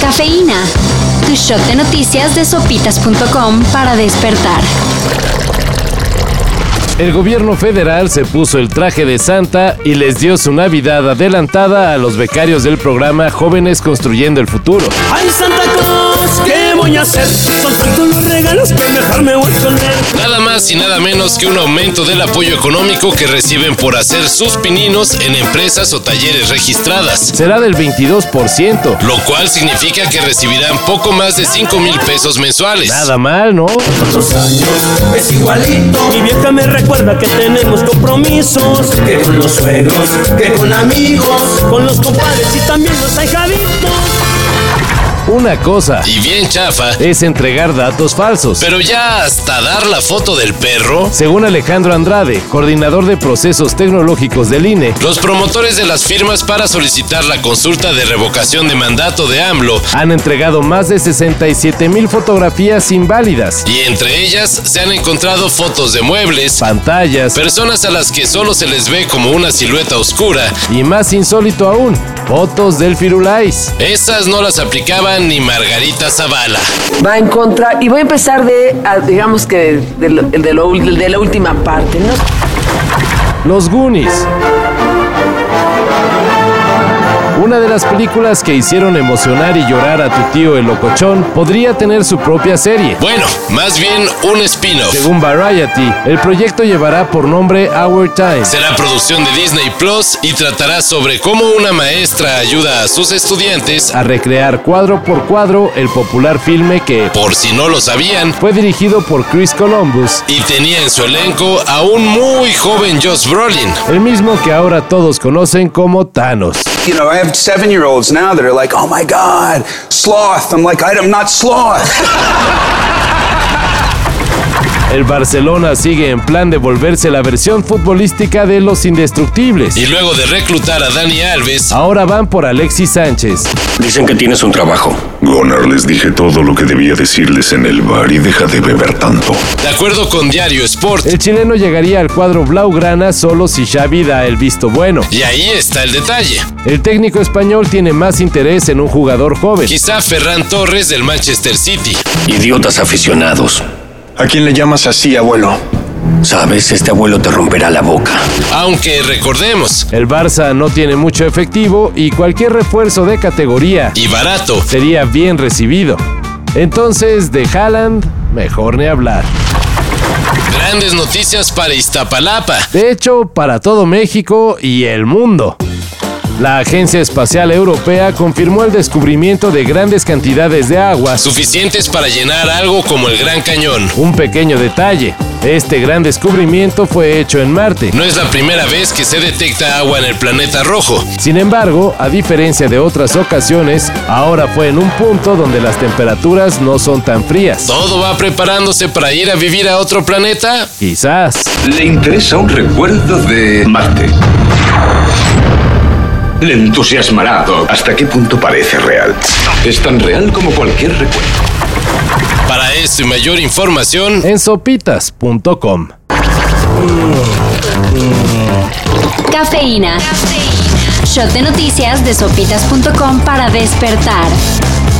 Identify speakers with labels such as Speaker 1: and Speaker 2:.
Speaker 1: Cafeína. Tu shot de noticias de sopitas.com para despertar.
Speaker 2: El gobierno federal se puso el traje de Santa y les dio su Navidad adelantada a los becarios del programa Jóvenes Construyendo el Futuro.
Speaker 3: ¡Ay, Santa Claus! ¿Qué voy a hacer? Son tantos los regalos que mejor me voy con él.
Speaker 2: Nada más y nada menos que un aumento del apoyo económico que reciben por hacer sus pininos en empresas o talleres registradas. Será del 22%, lo cual significa que recibirán poco más de 5 mil pesos mensuales. Nada mal, ¿no?
Speaker 4: Otros años es igualito
Speaker 3: Mi vieja me recuerda que tenemos compromisos
Speaker 4: que con los suegros, que con amigos.
Speaker 3: con los compadres y también los ahijaditos.
Speaker 2: Una cosa, y bien chafa, es entregar datos falsos. Pero ya hasta dar la foto del perro. Según Alejandro Andrade, coordinador de procesos tecnológicos del E, INE, los promotores de las firmas para solicitar la consulta de revocación de mandato de AMLO han entregado más de 67 mil fotografías inválidas. Y entre ellas se han encontrado fotos de muebles, pantallas, personas a las que solo se les ve como una silueta oscura. Y más insólito aún, fotos del Firulais. Esas no las aplicaban ni Margarita Zavala.
Speaker 5: va en contra y va a empezar de, a- digamos que de, lo- de lo- de la última parte, ¿no?
Speaker 2: Los Goonies. Una de las películas que hicieron emocionar y llorar a tu tío el locochón podría tener su propia serie. Bueno, más bien un spin-off. Según Variety, el proyecto llevará por nombre Our Time. Será producción de Disney Plus y tratará sobre cómo una maestra ayuda a sus estudiantes a recrear cuadro por cuadro el popular filme que, por si no lo sabían, fue dirigido por Chris Columbus y tenía en su elenco a un muy joven Josh Brolin, el mismo que ahora todos conocen como Thanos.
Speaker 6: You know, I have seven year olds now that are like, oh my God, sloth. I'm like, I'm not sloth.
Speaker 2: El Barcelona sigue en plan de volverse la versión futbolística de los indestructibles. Y luego de reclutar a Dani Alves, ahora van por Alexis Sánchez.
Speaker 7: Dicen que tienes un trabajo.
Speaker 8: Gonar les dije todo lo que debía decirles en el bar y deja de beber tanto.
Speaker 2: De acuerdo con Diario Sport, el chileno llegaría al cuadro blaugrana solo si Xavi da el visto bueno. Y ahí está el detalle. El técnico español tiene más interés en un jugador joven. Quizá Ferran Torres del Manchester City.
Speaker 7: Idiotas aficionados.
Speaker 4: ¿A quién le llamas así, abuelo?
Speaker 7: Sabes, este abuelo te romperá la boca.
Speaker 2: Aunque recordemos, el Barça no tiene mucho efectivo y cualquier refuerzo de categoría y barato sería bien recibido. Entonces, de Haaland, mejor ni hablar. Grandes noticias para Iztapalapa. De hecho, para todo México y el mundo. La Agencia Espacial Europea confirmó el descubrimiento de grandes cantidades de agua, suficientes para llenar algo como el Gran Cañón. Un pequeño detalle, este gran descubrimiento fue hecho en Marte. No es la primera vez que se detecta agua en el planeta rojo. Sin embargo, a diferencia de otras ocasiones, ahora fue en un punto donde las temperaturas no son tan frías. ¿Todo va preparándose para ir a vivir a otro planeta? Quizás.
Speaker 9: Le interesa un recuerdo de Marte. Le entusiasmará, Doc. ¿Hasta qué punto parece real? Es tan real como cualquier recuerdo.
Speaker 2: Para esto y mayor información en sopitas.com.
Speaker 1: Cafeína. Shot de noticias de sopitas.com para despertar.